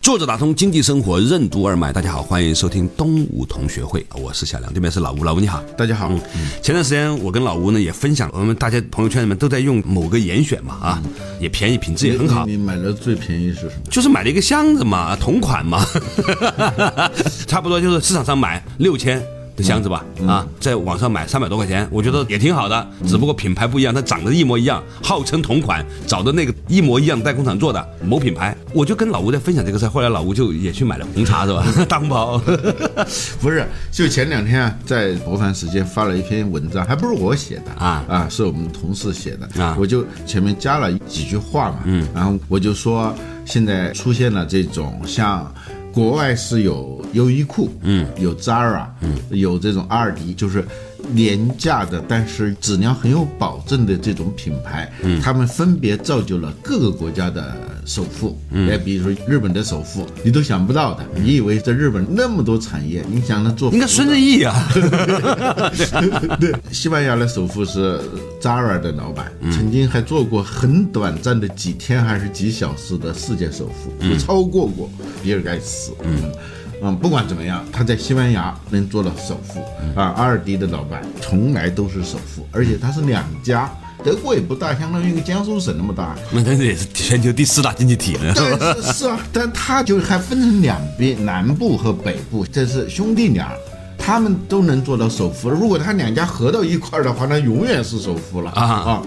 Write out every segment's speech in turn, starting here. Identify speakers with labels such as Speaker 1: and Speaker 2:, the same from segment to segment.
Speaker 1: 作者打通经济生活任督二脉，大家好，欢迎收听东吴同学会，我是小梁，对面是老吴，老吴你好，大家好。嗯，前段时间我跟老吴呢也分享，我们大家朋友圈里面都在用某个严选嘛啊，也便宜，品质也很好
Speaker 2: 你，你买的最便宜是什么？
Speaker 1: 就是买了一个箱子嘛，同款嘛， 差不多就是市场上买六千。的箱子吧，啊，在网上买三百多块钱，我觉得也挺好的，只不过品牌不一样，它长得一模一样，号称同款，找的那个一模一样代工厂做的某品牌，我就跟老吴在分享这个事儿，后来老吴就也去买了红茶是吧？大红袍，
Speaker 2: 不是，就前两天啊，在博凡时间发了一篇文章，还不是我写的
Speaker 1: 啊
Speaker 2: 啊，是我们同事写的
Speaker 1: 啊
Speaker 2: 我就前面加了几句话嘛，嗯，然后我就说现在出现了这种像。国外是有优衣库，嗯，有 Zara，嗯，有这种阿尔迪，就是廉价的，但是质量很有保证的这种品牌，嗯，他们分别造就了各个国家的首富，嗯，哎，比如说日本的首富，你都想不到的，你以为在日本那么多产业，你想他 做
Speaker 1: 应该孙正义啊，
Speaker 2: 对，西班牙的首富是 Zara 的老板，曾经还做过很短暂的几天还是几小时的世界首富，超过过比尔盖茨。嗯。嗯，不管怎么样，他在西班牙能做到首富啊。阿尔迪的老板从来都是首富，而且他是两家，德国也不大，相当于一个江苏省那么大。
Speaker 1: 那真是也是全球第四大经济体呢。
Speaker 2: 但是是啊，但他就还分成两边，南部和北部，这是兄弟俩，他们都能做到首富。如果他两家合到一块儿的话，那永远是首富了
Speaker 1: 啊
Speaker 2: 啊！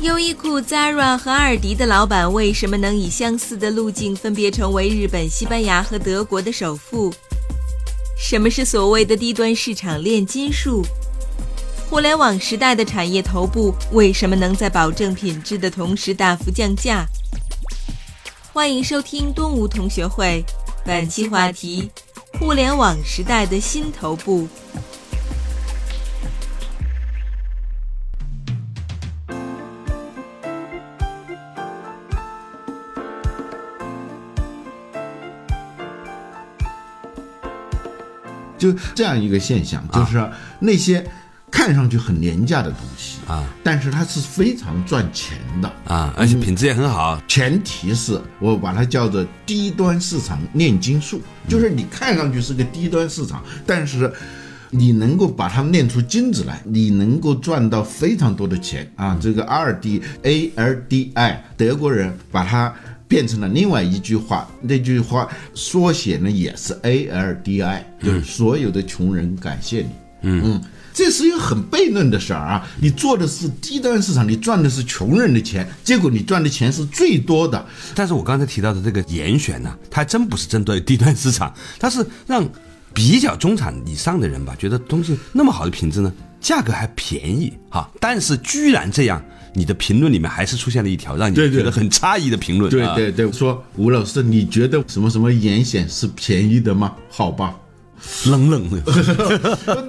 Speaker 3: 优衣库、Zara 和阿尔迪的老板为什么能以相似的路径分别成为日本、西班牙和德国的首富？什么是所谓的低端市场炼金术？互联网时代的产业头部为什么能在保证品质的同时大幅降价？欢迎收听东吴同学会，本期话题：互联网时代的新头部。
Speaker 2: 就这样一个现象，就是那些看上去很廉价的东西
Speaker 1: 啊，
Speaker 2: 但是它是非常赚钱的。
Speaker 1: 啊，而且品质也很好，
Speaker 2: 前提是我把它叫做低端市场炼金术，就是你看上去是个低端市场，但是你能够把它们炼出金子来，你能够赚到非常多的钱啊！这个 R D A L D I 德国人把它。变成了另外一句话，那句话缩写呢也是 A L D I，就是所有的穷人感谢你。嗯，这是一个很悖论的事儿啊！你做的是低端市场，你赚的是穷人的钱，结果你赚的钱是最多的。
Speaker 1: 但是我刚才提到的这个严选呢、它还真不是针对低端市场，它是让比较中产以上的人吧，觉得东西那么好的品质呢，价格还便宜哈，但是居然这样，你的评论里面还是出现了一条让你
Speaker 2: 对对
Speaker 1: 觉得很诧异的评论，
Speaker 2: 对
Speaker 1: 啊
Speaker 2: 对对，说吴老师，你觉得什么什么盐险是便宜的吗？好吧，
Speaker 1: 冷冷的，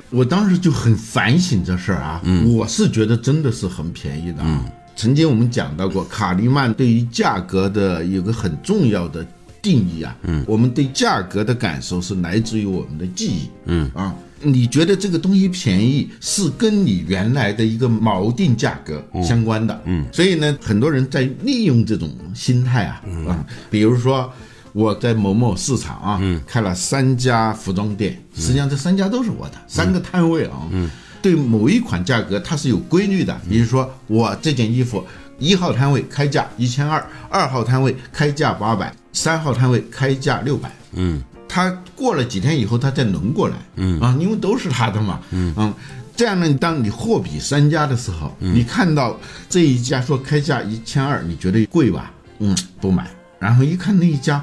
Speaker 2: 我当时就很反省这事儿啊，我是觉得真的是很便宜的啊。曾经我们讲到过，卡利曼对于价格的有个很重要的定义啊，嗯，我们对价格的感受是来自于我们的记忆，嗯啊。你觉得这个东西便宜是跟你原来的一个锚定价格相关的，嗯，所以呢，很多人在利用这种心态啊，啊，比如说我在某某市场啊，开了三家服装店，实际上这三家都是我的，三个摊位啊。对某一款价格它是有规律的，比如说我这件衣服。一号摊位开价一千二，二号摊位开价八百，三号摊位开价六百。
Speaker 1: 嗯，
Speaker 2: 他过了几天以后，他再轮过来，嗯啊，因为都是他的嘛，嗯这样呢，当你货比三家的时候，你看到这一家说开价一千二，你觉得贵吧？嗯，不买。然后一看那一家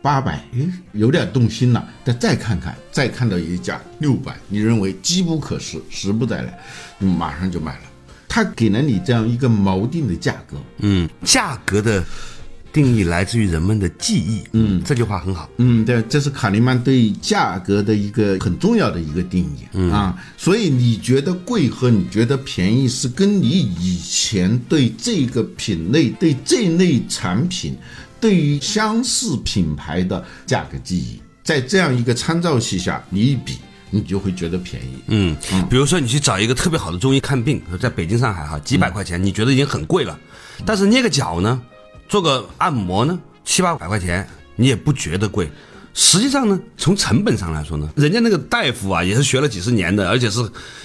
Speaker 2: 八百，诶，有点动心了。但再看看，再看到一家六百，你认为机不可失，时不再来，你马上就买了。他给了你这样一个锚定的价格，
Speaker 1: 嗯，价格的定义来自于人们的记忆。嗯，这句话很好。
Speaker 2: 嗯，对，这是卡尼曼对价格的一个很重要的一个定义、
Speaker 1: 嗯
Speaker 2: 啊。所以你觉得贵和你觉得便宜，是跟你以前对这个品类、对这类产品、对于相似品牌的价格记忆，在这样一个参照系下，你一比，你就会觉得便宜。
Speaker 1: 嗯，比如说你去找一个特别好的中医看病，在北京、上海哈，几百块钱你觉得已经很贵了，但是捏个脚呢，做个按摩呢，七八百块钱你也不觉得贵。实际上呢，从成本上来说呢，人家那个大夫啊也是学了几十年的，而且是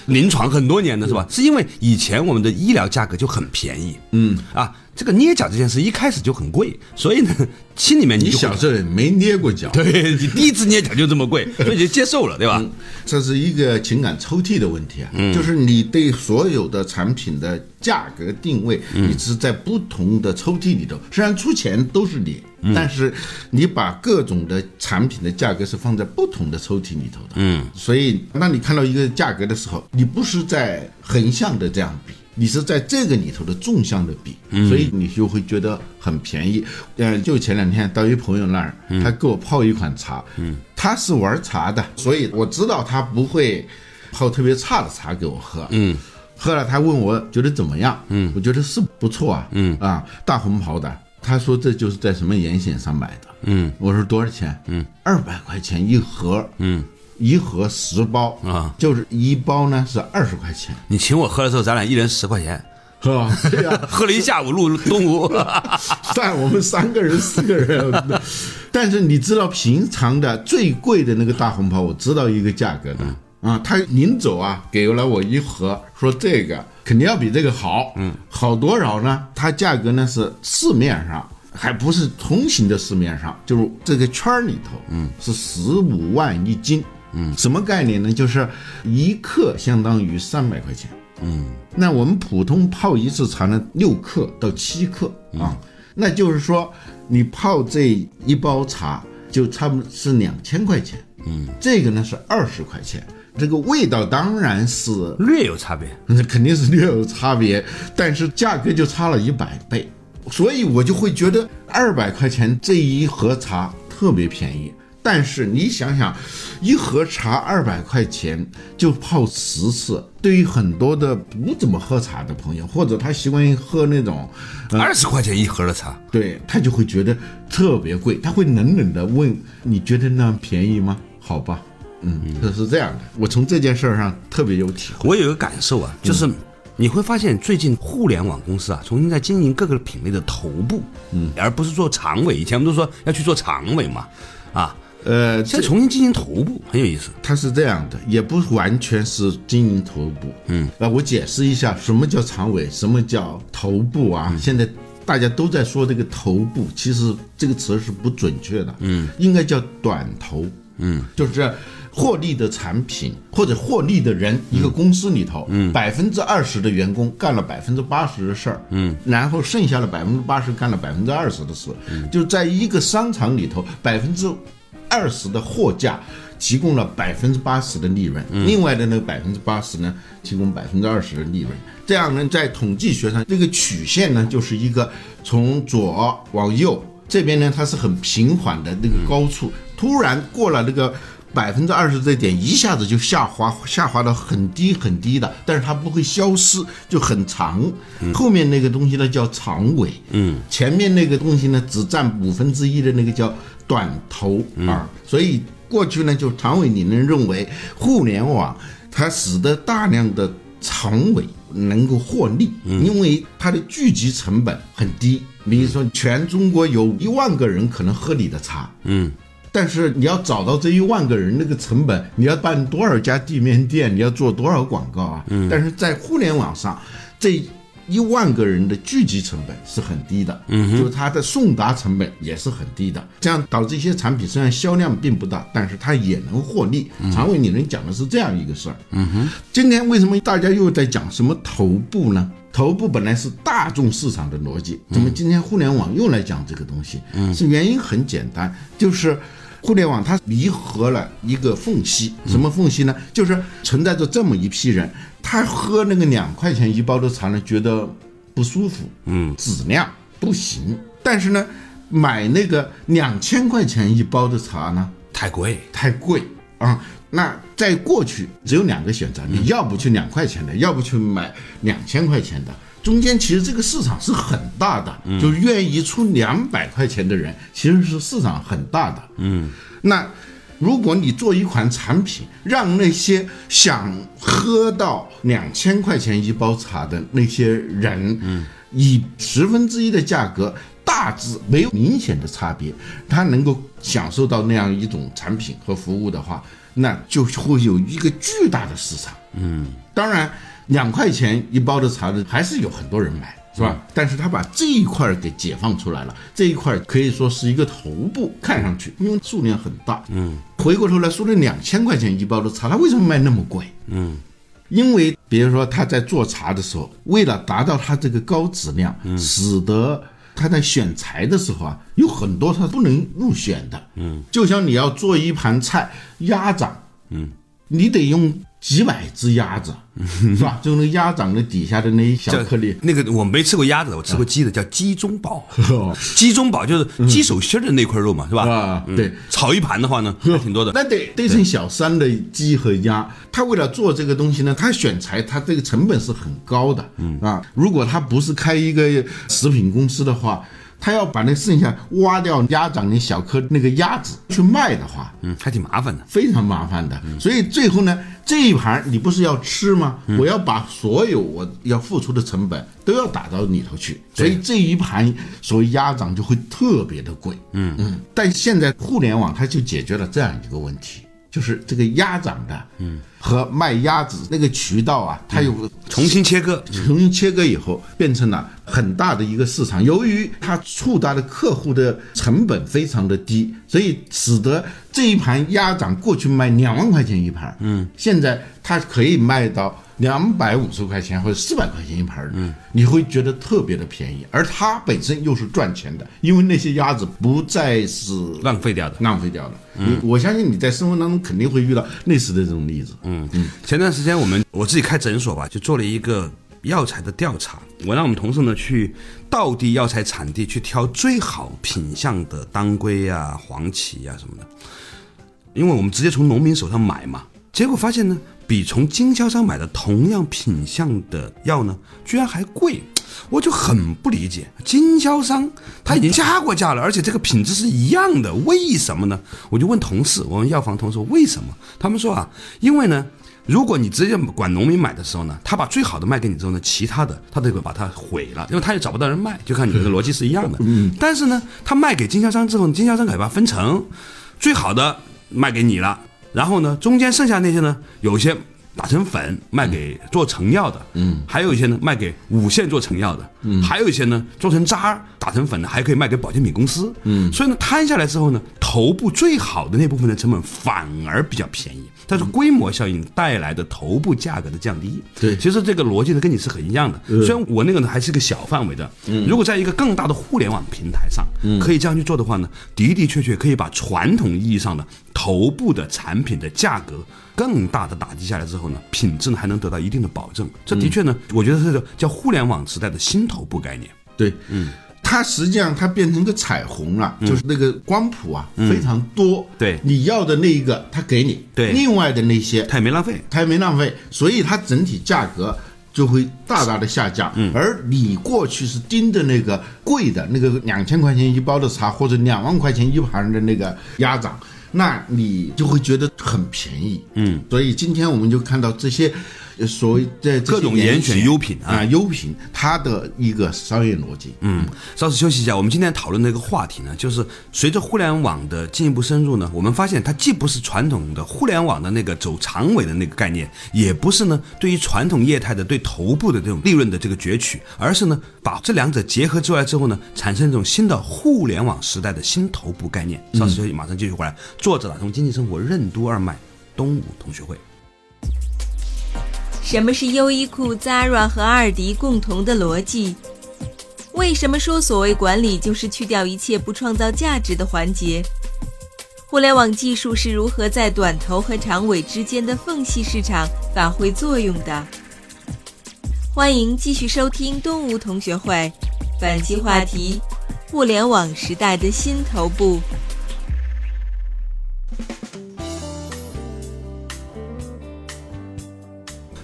Speaker 1: 临床很多年的，是吧？是因为以前我们的医疗价格就很便宜，嗯啊，这个捏脚这件事一开始就很贵，所以呢，心里面你
Speaker 2: 你
Speaker 1: 就会
Speaker 2: 小时候也没捏过脚，
Speaker 1: 对你第一次捏脚就这么 贵，所以你就接受了，对吧？
Speaker 2: 这是一个情感抽屉的问题啊，就是你对所有的产品的价格定位，你是在不同的抽屉里头，虽然出钱都是你，但是你把各种的产品的价格是放在不同的抽屉里头的，嗯，所以当你看到一个价格的时候，你不是在横向的这样比。你是在这个里头的纵向的比，所以你就会觉得很便宜。呃，就前两天到一朋友那儿，他给我泡一款茶，他是玩茶的，所以我知道他不会泡特别差的茶给我喝。嗯，喝了他问我觉得怎么样？嗯，我觉得是不错啊。嗯啊，大红袍的，他说这就是在什么盐险上买的。嗯，我说多少钱？嗯，二百块钱一盒。嗯。一盒十包
Speaker 1: 啊，
Speaker 2: 就是一包呢是二十块钱，
Speaker 1: 你请我喝的时候，咱俩一人十块钱，
Speaker 2: 是 吧？啊对呀、
Speaker 1: 喝了一下午路东吴，
Speaker 2: 算我们三个人、四个人。但是你知道，平常的最贵的那个大红袍，我知道一个价格的啊。他临走啊，给了我一盒，说这个肯定要比这个好。嗯，好多少呢？它价格呢是市面上。还不是同行的市面上，就是这个圈儿里头，嗯，是十五万一斤，嗯，什么概念呢？就是一克相当于三百块钱，那我们普通泡一次茶呢，六克到七克啊，那就是说你泡这一包茶就差不多是两千块钱，嗯，这个呢是二十块钱，这个味道当然是
Speaker 1: 略有差别。
Speaker 2: 那肯定是略有差别，但是价格就差了一百倍，所以我就会觉得二百块钱这一盒茶特别便宜。但是你想想，一盒茶二百块钱就泡十次，对于很多的不怎么喝茶的朋友，或者他习惯于喝那种，呃
Speaker 1: 二十块钱一盒的茶，
Speaker 2: 对他就会觉得特别贵，他会冷冷的问：“你觉得那样便宜吗？”好吧，嗯，这是这样的。我从这件事儿上特别有体会。
Speaker 1: 我有一个感受啊，就是你会发现最近互联网公司啊，重新在经营各个品类的头部，嗯，而不是做长尾。以前我们都说要去做长尾嘛，啊，
Speaker 2: 呃，
Speaker 1: 现在重新经营头部很有意思。
Speaker 2: 它是这样的，也不完全是经营头部。嗯，啊，我解释一下什么叫长尾，什么叫头部啊？现在大家都在说这个头部，其实这个词是不准确的。嗯，应该叫短头。嗯，就是获利的产品或者获利的人，一个公司里头，嗯，百分之二十的员工干了百分之八十的事儿，嗯，然后剩下的百分之八十干了百分之二十的事，就在一个商场里头，百分之二十的货架提供了百分之八十的利润，另外的那百分之八十呢，提供百分之二十的利润。这样呢，在统计学上，这个曲线呢，就是一个从左往右，这边呢它是很平缓的那个高处，突然过了那个。百分之二十这点一下子就下滑，下滑到很低很低的，但是它不会消失，就很长。后面那个东西呢叫长尾，嗯，前面那个东西呢只占五分之一的那个叫短头啊，所以过去呢就长尾理论认为互联网它使得大量的长尾能够获利，因为它的聚集成本很低。比如说，全中国有一万个人可能喝你的茶，但是你要找到这一万个人，那个成本，你要办多少家地面店，你要做多少广告啊？嗯。但是在互联网上，这一万个人的聚集成本是很低的，嗯，就是它的送达成本也是很低的。这样导致一些产品虽然销量并不大，但是它也能获利。常委理论讲的是这样一个事儿。嗯哼。今天为什么大家又在讲什么头部呢？头部本来是大众市场的逻辑，怎么今天互联网又来讲这个东西？嗯，是原因很简单，就是互联网它弥合了一个缝隙，什么缝隙呢？就是存在着这么一批人，他喝那个两块钱一包的茶呢，觉得不舒服，嗯，质量不行，但是呢，买那个两千块钱一包的茶呢，
Speaker 1: 太贵，
Speaker 2: 太贵啊、那在过去只有两个选择，你要不去两块钱的，要不去买两千块钱的。中间其实这个市场是很大的，就愿意出两百块钱的人，其实是市场很大的。嗯，那如果你做一款产品，让那些想喝到两千块钱一包茶的那些人，嗯，以十分之一的价格，大致没有明显的差别，他能够享受到那样一种产品和服务的话，那就会有一个巨大的市场。当然，两块钱一包的茶的还是有很多人买，是吧？但是他把这一块儿给解放出来了，这一块儿可以说是一个头部，看上去因为数量很大，嗯，回过头来说那两千块钱一包的茶，它为什么卖那么贵？嗯。因为，比如说他在做茶的时候，为了达到他这个高质量，使得他在选材的时候啊，有很多他不能入选的。嗯，就像你要做一盘菜，鸭掌，你得用几百只鸭子，是吧？就那鸭掌的底下的那一小 颗粒，
Speaker 1: 那个我没吃过鸭子，我吃过鸡的，叫鸡中宝。 鸡中宝就是鸡手心儿的那块肉嘛，是吧？
Speaker 2: 啊
Speaker 1: 嗯
Speaker 2: 对
Speaker 1: 炒一盘的话呢，还挺多的。
Speaker 2: 那得堆成小山的鸡和鸭，他为了做这个东西呢，他选材，他这个成本是很高的，嗯啊，如果他不是开一个食品公司的话，他要把那剩下挖掉鸭掌那小颗那个鸭子去卖的话，
Speaker 1: 嗯，还挺麻烦的。
Speaker 2: 非常麻烦的。所以最后呢，这一盘你不是要吃吗？我要把所有我要付出的成本都要打到里头去，所以这一盘所谓鸭掌就会特别的贵。嗯嗯，但现在互联网它就解决了这样一个问题。就是这个鸭掌的，嗯，和卖鸭子那个渠道啊，它有个
Speaker 1: 重新切割，
Speaker 2: 重新切割以后，变成了很大的一个市场。由于它触达的客户的成本非常的低，所以使得这一盘鸭掌过去卖两万块钱一盘，嗯，现在它可以卖到两百五十块钱或者四百块钱一盘，嗯，你会觉得特别的便宜，而它本身又是赚钱的，因为那些鸭子不再是
Speaker 1: 浪费掉的。
Speaker 2: 浪费掉了。嗯，我相信你在生活当中肯定会遇到类似的这种例子。嗯，
Speaker 1: 前段时间我们我自己开诊所吧，就做了一个药材的调查。我让我们同事呢去到地药材产地去挑最好品相的当归啊、黄芪啊什么的，因为我们直接从农民手上买嘛。结果发现呢，比从经销商买的同样品相的药呢，居然还贵。我就很不理解，经销商他已经加过价了，而且这个品质是一样的，为什么呢？我就问同事，我们药房同事为什么？他们说啊，因为呢，如果你直接管农民买的时候呢，他把最好的卖给你之后呢，其他的他都会把它毁了，因为他也找不到人卖，就看你的逻辑是一样的。嗯，但是呢，他卖给经销商之后，经销商给它分成，最好的卖给你了，然后呢，中间剩下那些呢，有些打成粉卖给做成药的，嗯，还有一些呢卖给五线做成药的，嗯，还有一些呢做成渣儿打成粉的，还可以卖给保健品公司，嗯，所以呢摊下来之后呢，头部最好的那部分的成本反而比较便宜，但是规模效应带来的头部价格的降低，
Speaker 2: 对
Speaker 1: 其实这个逻辑呢跟你是很一样的，虽然我那个呢还是个小范围的，如果在一个更大的互联网平台上，可以这样去做的话呢，的的确确可以把传统意义上的头部的产品的价格更大的打击下来之后呢，品质呢还能得到一定的保证。这的确呢，我觉得是叫互联网时代的新头部概念。
Speaker 2: 对，嗯，它实际上它变成一个彩虹了，就是那个光谱啊、非常多，
Speaker 1: 嗯对
Speaker 2: 你要的那一个它给你，
Speaker 1: 对
Speaker 2: 另外的那些
Speaker 1: 它也没浪费，
Speaker 2: 它也没浪费，所以它整体价格。就会大大的下降，嗯、而你过去是盯着那个贵的那个两千块钱一包的茶或者两万块钱一盘的那个鸭掌，那你就会觉得很便宜，嗯，所以今天我们就看到这些呃所谓在
Speaker 1: 各种严选优品啊
Speaker 2: 啊，优品它的一个商业逻辑，嗯，
Speaker 1: 稍事休息一下，我们今天讨论的一个话题呢，就是随着互联网的进一步深入呢，我们发现它既不是传统的互联网的那个走长尾的那个概念，也不是呢对于传统业态的对头部的这种利润的这个攫取，而是呢把这两者结合出来之后呢，产生一种新的互联网时代的新头部概念。稍事休息，马上继续回来。作者打通经济生活任督二脉，东吴同学会。
Speaker 3: 什么是优衣库、Zara 和阿尔迪共同的逻辑？为什么说所谓管理就是去掉一切不创造价值的环节？互联网技术是如何在短头和长尾之间的缝隙市场发挥作用的？欢迎继续收听东吴同学会，本期话题：互联网时代的新头部。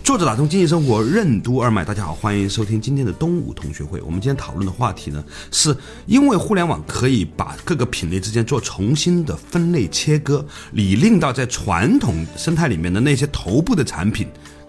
Speaker 1: 作者打通经济生活任督二脉，大家好，欢迎收听今天的东吴同学会。我们今天讨论的话题呢，是因为互联网可以把各个品类之间做重新的分类切割，以令到在传统生态里面的那些头部的产品。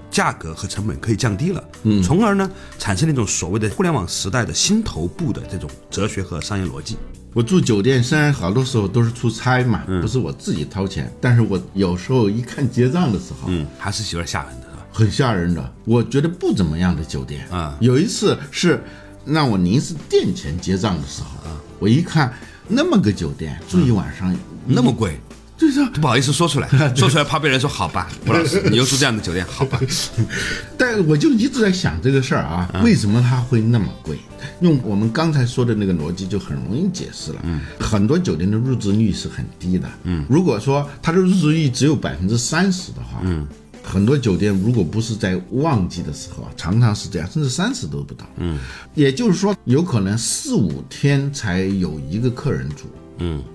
Speaker 1: 价格和成本可以降低了，嗯，从而呢产生了一种所谓的互联网时代的新头部的这种哲学和商业逻辑。
Speaker 2: 我住酒店，虽然好多时候都是出差嘛，
Speaker 1: 嗯
Speaker 2: 不是我自己掏钱，但是我有时候一看结账的时候，
Speaker 1: 嗯，还是有点吓人的，是吧？
Speaker 2: 很吓人的。我觉得不怎么样的酒店
Speaker 1: 啊
Speaker 2: 有一次是让我临时垫钱结账的时候啊，我一看那么个酒店住一晚上，
Speaker 1: 那么贵，
Speaker 2: 就是
Speaker 1: 都不好意思说出来，说出来怕被人说好吧，吴老师，你又住这样的酒店，好吧？
Speaker 2: 但我就一直在想这个事儿啊，为什么它会那么贵？用我们刚才说的那个逻辑就很容易解释了。嗯，很多酒店的入住率是很低的。嗯，如果说它的入住率只有百分之三十的话，嗯，很多酒店如果不是在旺季的时候啊，常常是这样，甚至三十都不到。嗯，也就是说，有可能四五天才有一个客人住。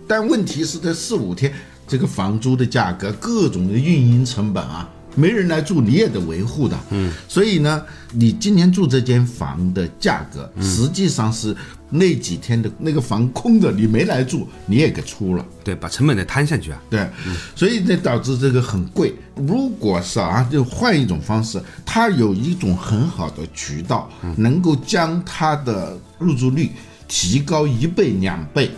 Speaker 2: 但问题是这四五天，这个房租的价格、各种的运营成本啊，没人来住，你也得维护的。嗯，所以呢，你今天住这间房的价格，实际上是那几天的那个房空着，你没来住，你也给出了。
Speaker 1: 对，把成本得摊下去啊。
Speaker 2: 对，所以这导致这个很贵。如果是啊，就换一种方式，它有一种很好的渠道，能够将它的入住率提高一倍两倍，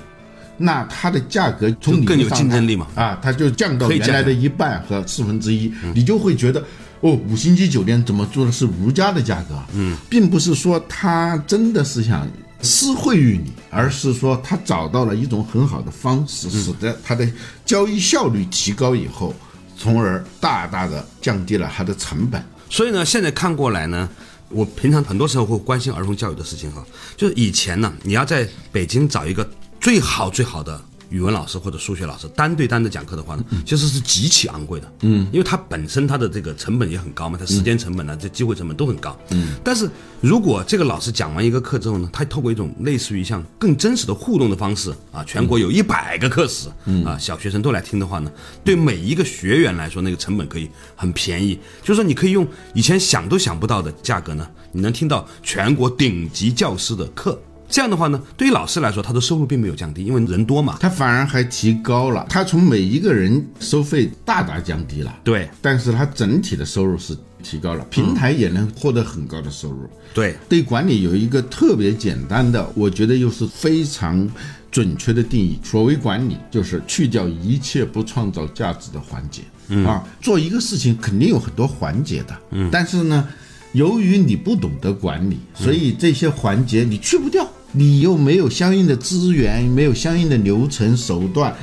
Speaker 2: 那它的价格从你
Speaker 1: 就更有
Speaker 2: 上
Speaker 1: 竞争力
Speaker 2: 它
Speaker 1: 嘛
Speaker 2: 啊，它就降到
Speaker 1: 可以
Speaker 2: 原来
Speaker 1: 降嗯
Speaker 2: 的一半和四分之一，你就会觉得。哦，五星级酒店怎么做的是如家的价格？嗯，并不是说他真的是想私惠于你，而是说他找到了一种很好的方
Speaker 1: 嗯
Speaker 2: 式，使得他的交易效率提高以后，从而大大的降低了他的成本。
Speaker 1: 所以呢，现在看过来呢，我平常很多时候会关心儿童教育的事情哈。就是以前呢，你要在北京找一个最好最好的语文老师或者数学老师单对单的讲课的话呢，其实是极其昂贵的。嗯，因为它本身它的这个成本也很高嘛，它时间成本啊呢、这机会成本都很高。嗯，但是如果这个老师讲完一个课之后呢，他透过一种类似于像更真实的互动的方式啊，全国有一百个课时啊，小学生都来听的话呢，对每一个学员来说，那个成本可以很便宜，就是说你可以用以前想都想不到的价格呢，你能听到全国顶级教师的课。这样的话呢，对于老师来说，他的收入并没有降低，因为人多嘛。
Speaker 2: 他反而还提高了，他从每一个人收费大大降低了。
Speaker 1: 对
Speaker 2: 但是它整体的收入是提高了，平台也能获得很高的收入。
Speaker 1: 对，
Speaker 2: 对管理有一个特别简单的，我觉得又是非常准确的定义。所谓管理，就是去掉一切不创造价值的环节。嗯、啊，做一个事情肯定有很多环节的。嗯，但是呢，由于你不懂得管理，所以这些环节你去不掉，你又没有相应的资源，没有相应的流程手段，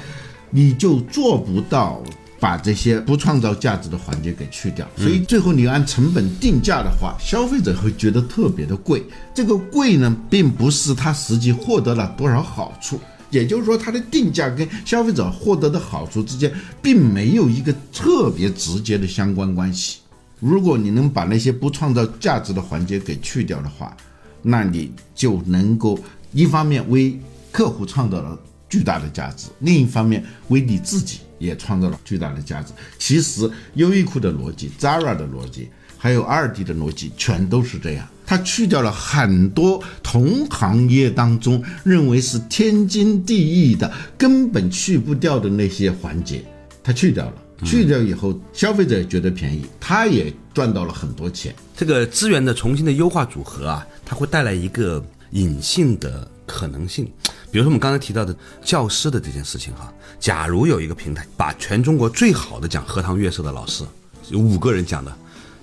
Speaker 2: 你就做不到把这些不创造价值的环节给去掉。所以最后你按成本定价的话，消费者会觉得特别的贵。这个贵呢，并不是他实际获得了多少好处。也就是说，它的定价跟消费者获得的好处之间，并没有一个特别直接的相关关系。如果你能把那些不创造价值的环节给去掉的话，那你就能够一方面为客户创造了巨大的价值，另一方面为你自己也创造了巨大的价值。其实优衣库的逻辑、Zara 的逻辑，还有二 D 的逻辑，全都是这样。它去掉了很多同行业当中认为是天经地义的、根本去不掉的那些环节，它去掉了。去掉以后，消费者也觉得便宜，他也赚到了很多钱。
Speaker 1: 这个资源的重新的优化组合啊，它会带来一个隐性的可能性。比如说我们刚才提到的教师的这件事情哈、假如有一个平台把全中国最好的讲荷塘月色的老师，有五个人讲的，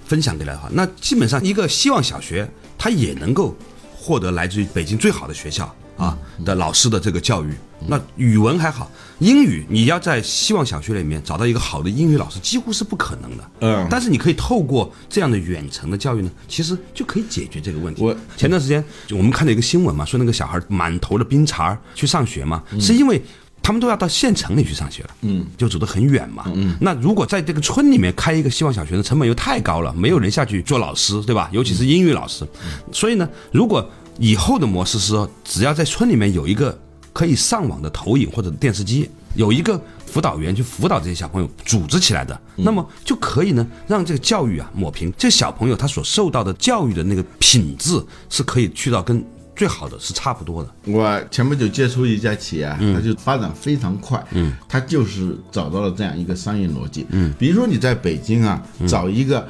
Speaker 1: 分享给来的话，那基本上一个希望小学它也能够获得来自于北京最好的学校啊
Speaker 2: 嗯
Speaker 1: 的老师的这个教育。那语文还好，英语你要在希望小学里面找到一个好的英语老师，几乎是不可能的。
Speaker 2: 嗯
Speaker 1: 但是你可以透过这样的远程的教育呢，其实就可以解决这个问题。
Speaker 2: 我
Speaker 1: 前段时间我们看到一个新闻嘛，说那个小孩满头的冰碴儿去上学嘛，
Speaker 2: 嗯
Speaker 1: 是因为。他们都要到县城里去上学了，嗯，就走得很远嘛，嗯，那如果在这个村里面开一个希望小学的成本又太高了，没有人下去做老师，对吧？尤其是嗯英语老师，所以呢，如果以后的模式是说，只要在村里面有一个可以上网的投影或者电视机，有一个辅导员去辅导这些小朋友组织起来的，那么就可以呢让这个教育啊抹平这小朋友他所受到的教育的那个品质是可以去到跟最好的是差不多的。
Speaker 2: 我前不久接触一家企业啊，它就发展非常快，嗯，它就是找到了这样一个商业逻辑，嗯，比如说你在北京啊，找一个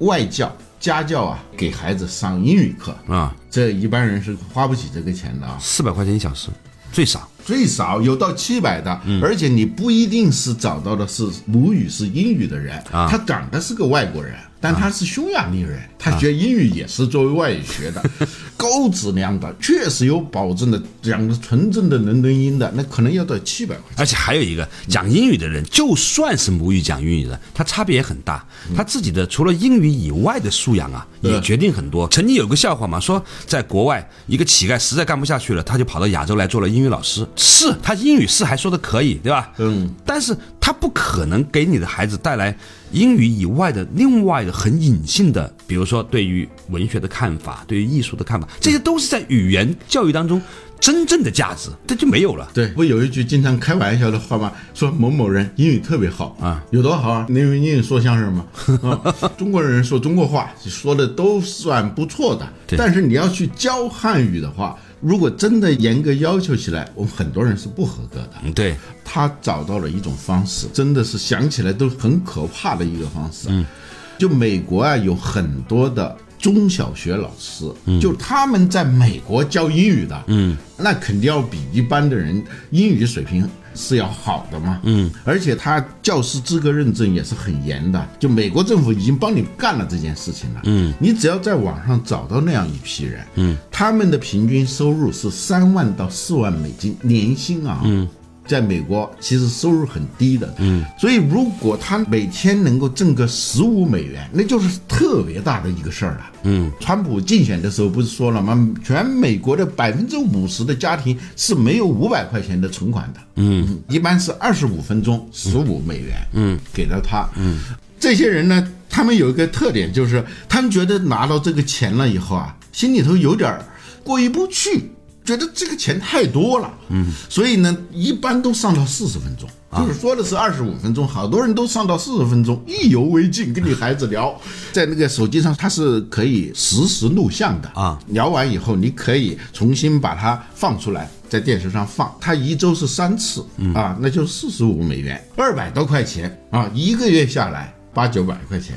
Speaker 2: 外教、家教啊，给孩子上英语课，
Speaker 1: 啊，
Speaker 2: 这一般人是花不起这个钱的啊，
Speaker 1: 四百块钱一小时，最少。
Speaker 2: 最少有到七百的，而且你不一定是找到的是母语是英语的人，他长得是个外国人，但他是匈牙利人，他学英语也是作为外语学的， 高质量的，确实有保证的，讲的纯正的伦敦音的，那可能要到七百块。
Speaker 1: 而且还有一个讲英语的人，就算是母语讲英语的，他差别也很大。他自己的除了英语以外的素养啊，也决定很多。曾经有个笑话嘛，说在国外一个乞丐实在干不下去了，他就跑到亚洲来做了英语老师。是他英语是还说的可以，对吧？嗯，但是他不可能给你的孩子带来英语以外的另外的很隐性的，比如说对于文学的看法，对于艺术的看法，这些都是在语言教育当中真正的价值，这就没有了。
Speaker 2: 对，不有一句经常开玩笑的话吗？说某某人英语特别好
Speaker 1: 啊，
Speaker 2: 有多好啊？能用英语说相声吗？啊中国人说中国话说的都算不错的，
Speaker 1: 对
Speaker 2: 但是你要去教汉语的话，如果真的严格要求起来，我们很多人是不合格的。
Speaker 1: 嗯，对。
Speaker 2: 他找到了一种方式，真的是想起来都很可怕的一个方式。嗯，就美国啊，有很多的中小学老师，就他们在美国教英语的，嗯，那肯定要比一般的人英语水平。是要好的嘛，嗯，而且他教师资格认证也是很严的，就美国政府已经帮你干了这件事情了，嗯，你只要在网上找到那样一批人，嗯，他们的平均收入是三万到四万美金年薪啊，嗯，在美国其实收入很低的，嗯，所以如果他每天能够挣个十五美元，那就是特别大的一个事儿了，嗯，川普竞选的时候不是说了吗？全美国的百分之五十的家庭是没有五百块钱的存款的，嗯，一般是二十五分钟十五美元，嗯，给到他，嗯，这些人呢，他们有一个特点就是他们觉得拿到这个钱了以后啊，心里头有点儿过意不去，觉得这个钱太多了，嗯，所以呢，一般都上到四十分钟，就是说的是二十五分钟，好多人都上到四十分钟，意犹未尽，跟你孩子聊，在那个手机上它是可以实时录像的
Speaker 1: 啊，
Speaker 2: 聊完以后你可以重新把它放出来。在电视上放，它一周是三次、啊，那就四十五美元，二百多块钱啊，一个月下来八九百块钱，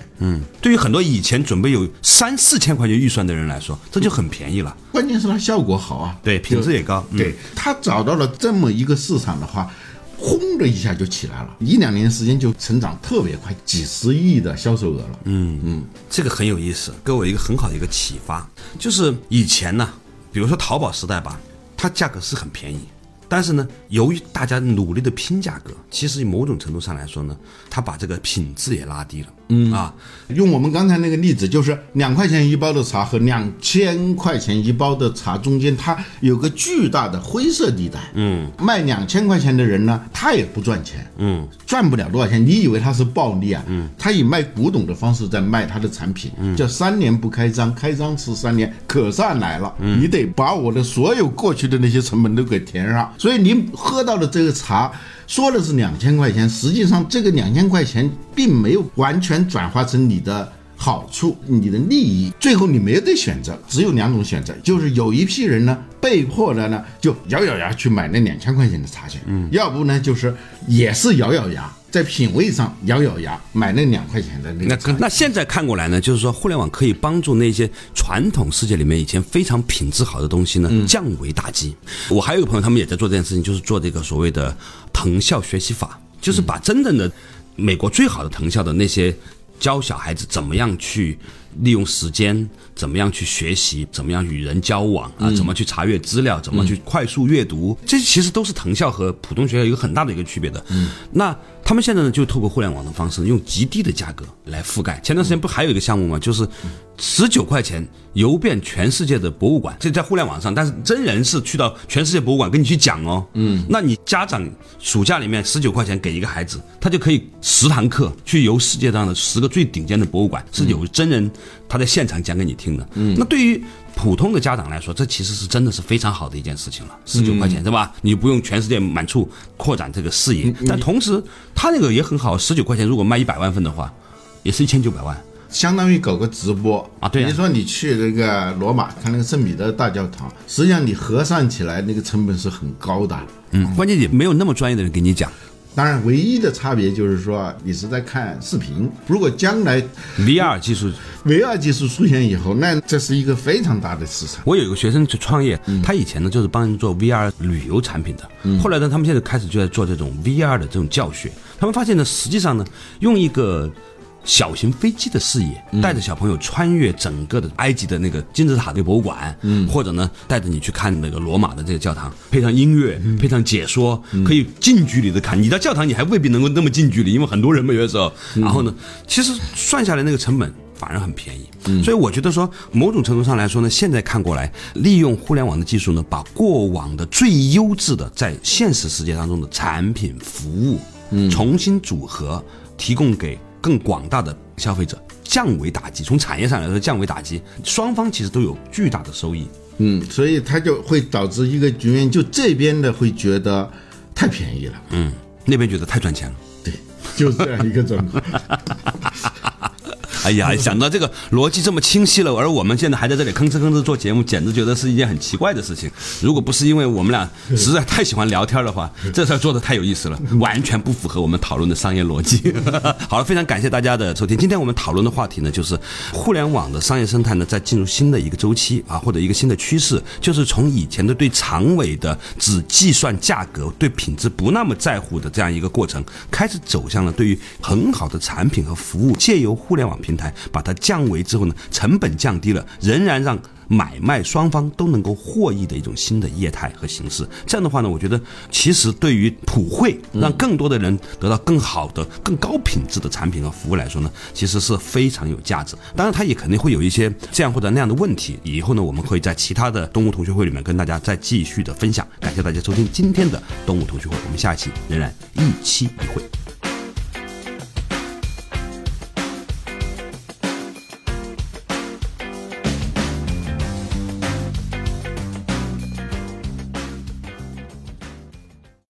Speaker 1: 对于很多以前准备有三四千块钱预算的人来说，这就很便宜了。
Speaker 2: 关键是它效果好啊，
Speaker 1: 对，品质也高。嗯
Speaker 2: 对，他找到了这么一个市场的话，轰的一下就起来了，一两年时间就成长特别快，几十亿的销售额了。嗯，
Speaker 1: 这个很有意思，给我一个很好的一个启发，就是以前呢，比如说淘宝时代吧，它价格是很便宜，但是呢，由于大家努力的拼价格，其实某种程度上来说呢，它把这个品质也拉低了。嗯啊，
Speaker 2: 用我们刚才那个例子，就是两块钱一包的茶和两千块钱一包的茶中间，它有个巨大的灰色地带。嗯，卖两千块钱的人呢，他也不赚钱。嗯，赚不了多少钱，你以为他是暴利啊？嗯，他以卖古董的方式在卖他的产品，叫三年不开张，开张是三年，可算来了，你得把我的所有过去的那些成本都给填上。所以你喝到的这个茶。说的是两千块钱，实际上这个两千块钱并没有完全转化成你的好处、你的利益，最后你没得选择，只有两种选择，就是有一批人呢被迫的呢就咬咬牙去买那两千块钱的茶钱，嗯，要不呢就是也是咬咬牙，在品味上咬咬牙买那两块钱的那个
Speaker 1: 那
Speaker 2: 茶
Speaker 1: 跟那现在看过来呢，就是说互联网可以帮助那些传统世界里面以前非常品质好的东西呢，降维打击。我还有一个朋友，他们也在做这件事情，就是做这个所谓的藤校学习法，就是把真正的美国最好的藤校的那些教小孩子怎么样去利用时间，怎么样去学习，怎么样与人交往啊，怎么去查阅资料，怎么去快速阅读，这其实都是藤校和普通学校一个很大的一个区别的。那他们现在呢，就透过互联网的方式，用极低的价格来覆盖。前段时间不还有一个项目吗？就是十九块钱游遍全世界的博物馆，这在互联网上，但是真人是去到全世界博物馆跟你去讲哦。嗯，那你家长暑假里面十九块钱给一个孩子，他就可以十堂课去游世界上的十个最顶尖的博物馆，是有真人他在现场讲给你听的。嗯，那对于普通的家长来说，这其实是真的是非常好的一件事情了，十九块钱是吧？你不用全世界满处扩展这个视野，但同时它那个也很好，十九块钱如果卖一百万份的话，也是一千九百万。
Speaker 2: 相当于搞个直播
Speaker 1: 啊对啊
Speaker 2: 你说你去那个罗马看那个圣彼得大教堂，实际上你核算起来那个成本是很高的。
Speaker 1: 嗯，关键也没有那么专业的人给你讲
Speaker 2: 当然，唯一的差别就是说你是在看视频。如果将来
Speaker 1: VR 技术
Speaker 2: VR 技术出现以后，那这是一个非常大的市场。
Speaker 1: 我有一个学生去创业，他以前呢就是帮人做 VR 旅游产品的，后来呢他们现在开始就在做这种 VR 的这种教学。他们发现呢，实际上呢，用一个小型飞机的视野，带着小朋友穿越整个的埃及的那个金字塔的博物馆，或者呢带着你去看那个罗马的这个教堂，配上音乐，配上解说，可以近距离的看。你到教堂你还未必能够那么近距离，因为很多人嘛有的时候。然后呢，其实算下来那个成本。反而很便宜。所以我觉得说，某种程度上来说呢，现在看过来，利用互联网的技术呢，把过往的最优质的在现实世界当中的产品服务，重新组合，提供给更广大的消费者，降维打击。从产业上来说，降维打击，双方其实都有巨大的收益。
Speaker 2: 嗯，所以它就会导致一个局面，就这边的会觉得太便宜了，
Speaker 1: 嗯，那边觉得太赚钱了。
Speaker 2: 对，就是这样一个状况。
Speaker 1: 哎呀，想到这个逻辑这么清晰了，而我们现在还在这里吭哧吭哧做节目，简直觉得是一件很奇怪的事情。如果不是因为我们俩实在太喜欢聊天的话，这事儿做的太有意思了，完全不符合我们讨论的商业逻辑。好了，非常感谢大家的收听。今天我们讨论的话题呢，就是互联网的商业生态呢，在进入新的一个周期啊，或者一个新的趋势，就是从以前的对长尾的只计算价格、对品质不那么在乎的这样一个过程，开始走向了对于很好的产品和服务，借由互联网平台把它降维之后呢，成本降低了，仍然让。买卖双方都能够获益的一种新的业态和形式。这样的话呢，我觉得其实对于普惠，让更多的人得到更好的、更高品质的产品和服务来说呢，其实是非常有价值。当然，它也肯定会有一些这样或者那样的问题。以后呢，我们会在其他的东吴同学会里面跟大家再继续的分享。感谢大家收听今天的东吴同学会，我们下一期仍然一期一会。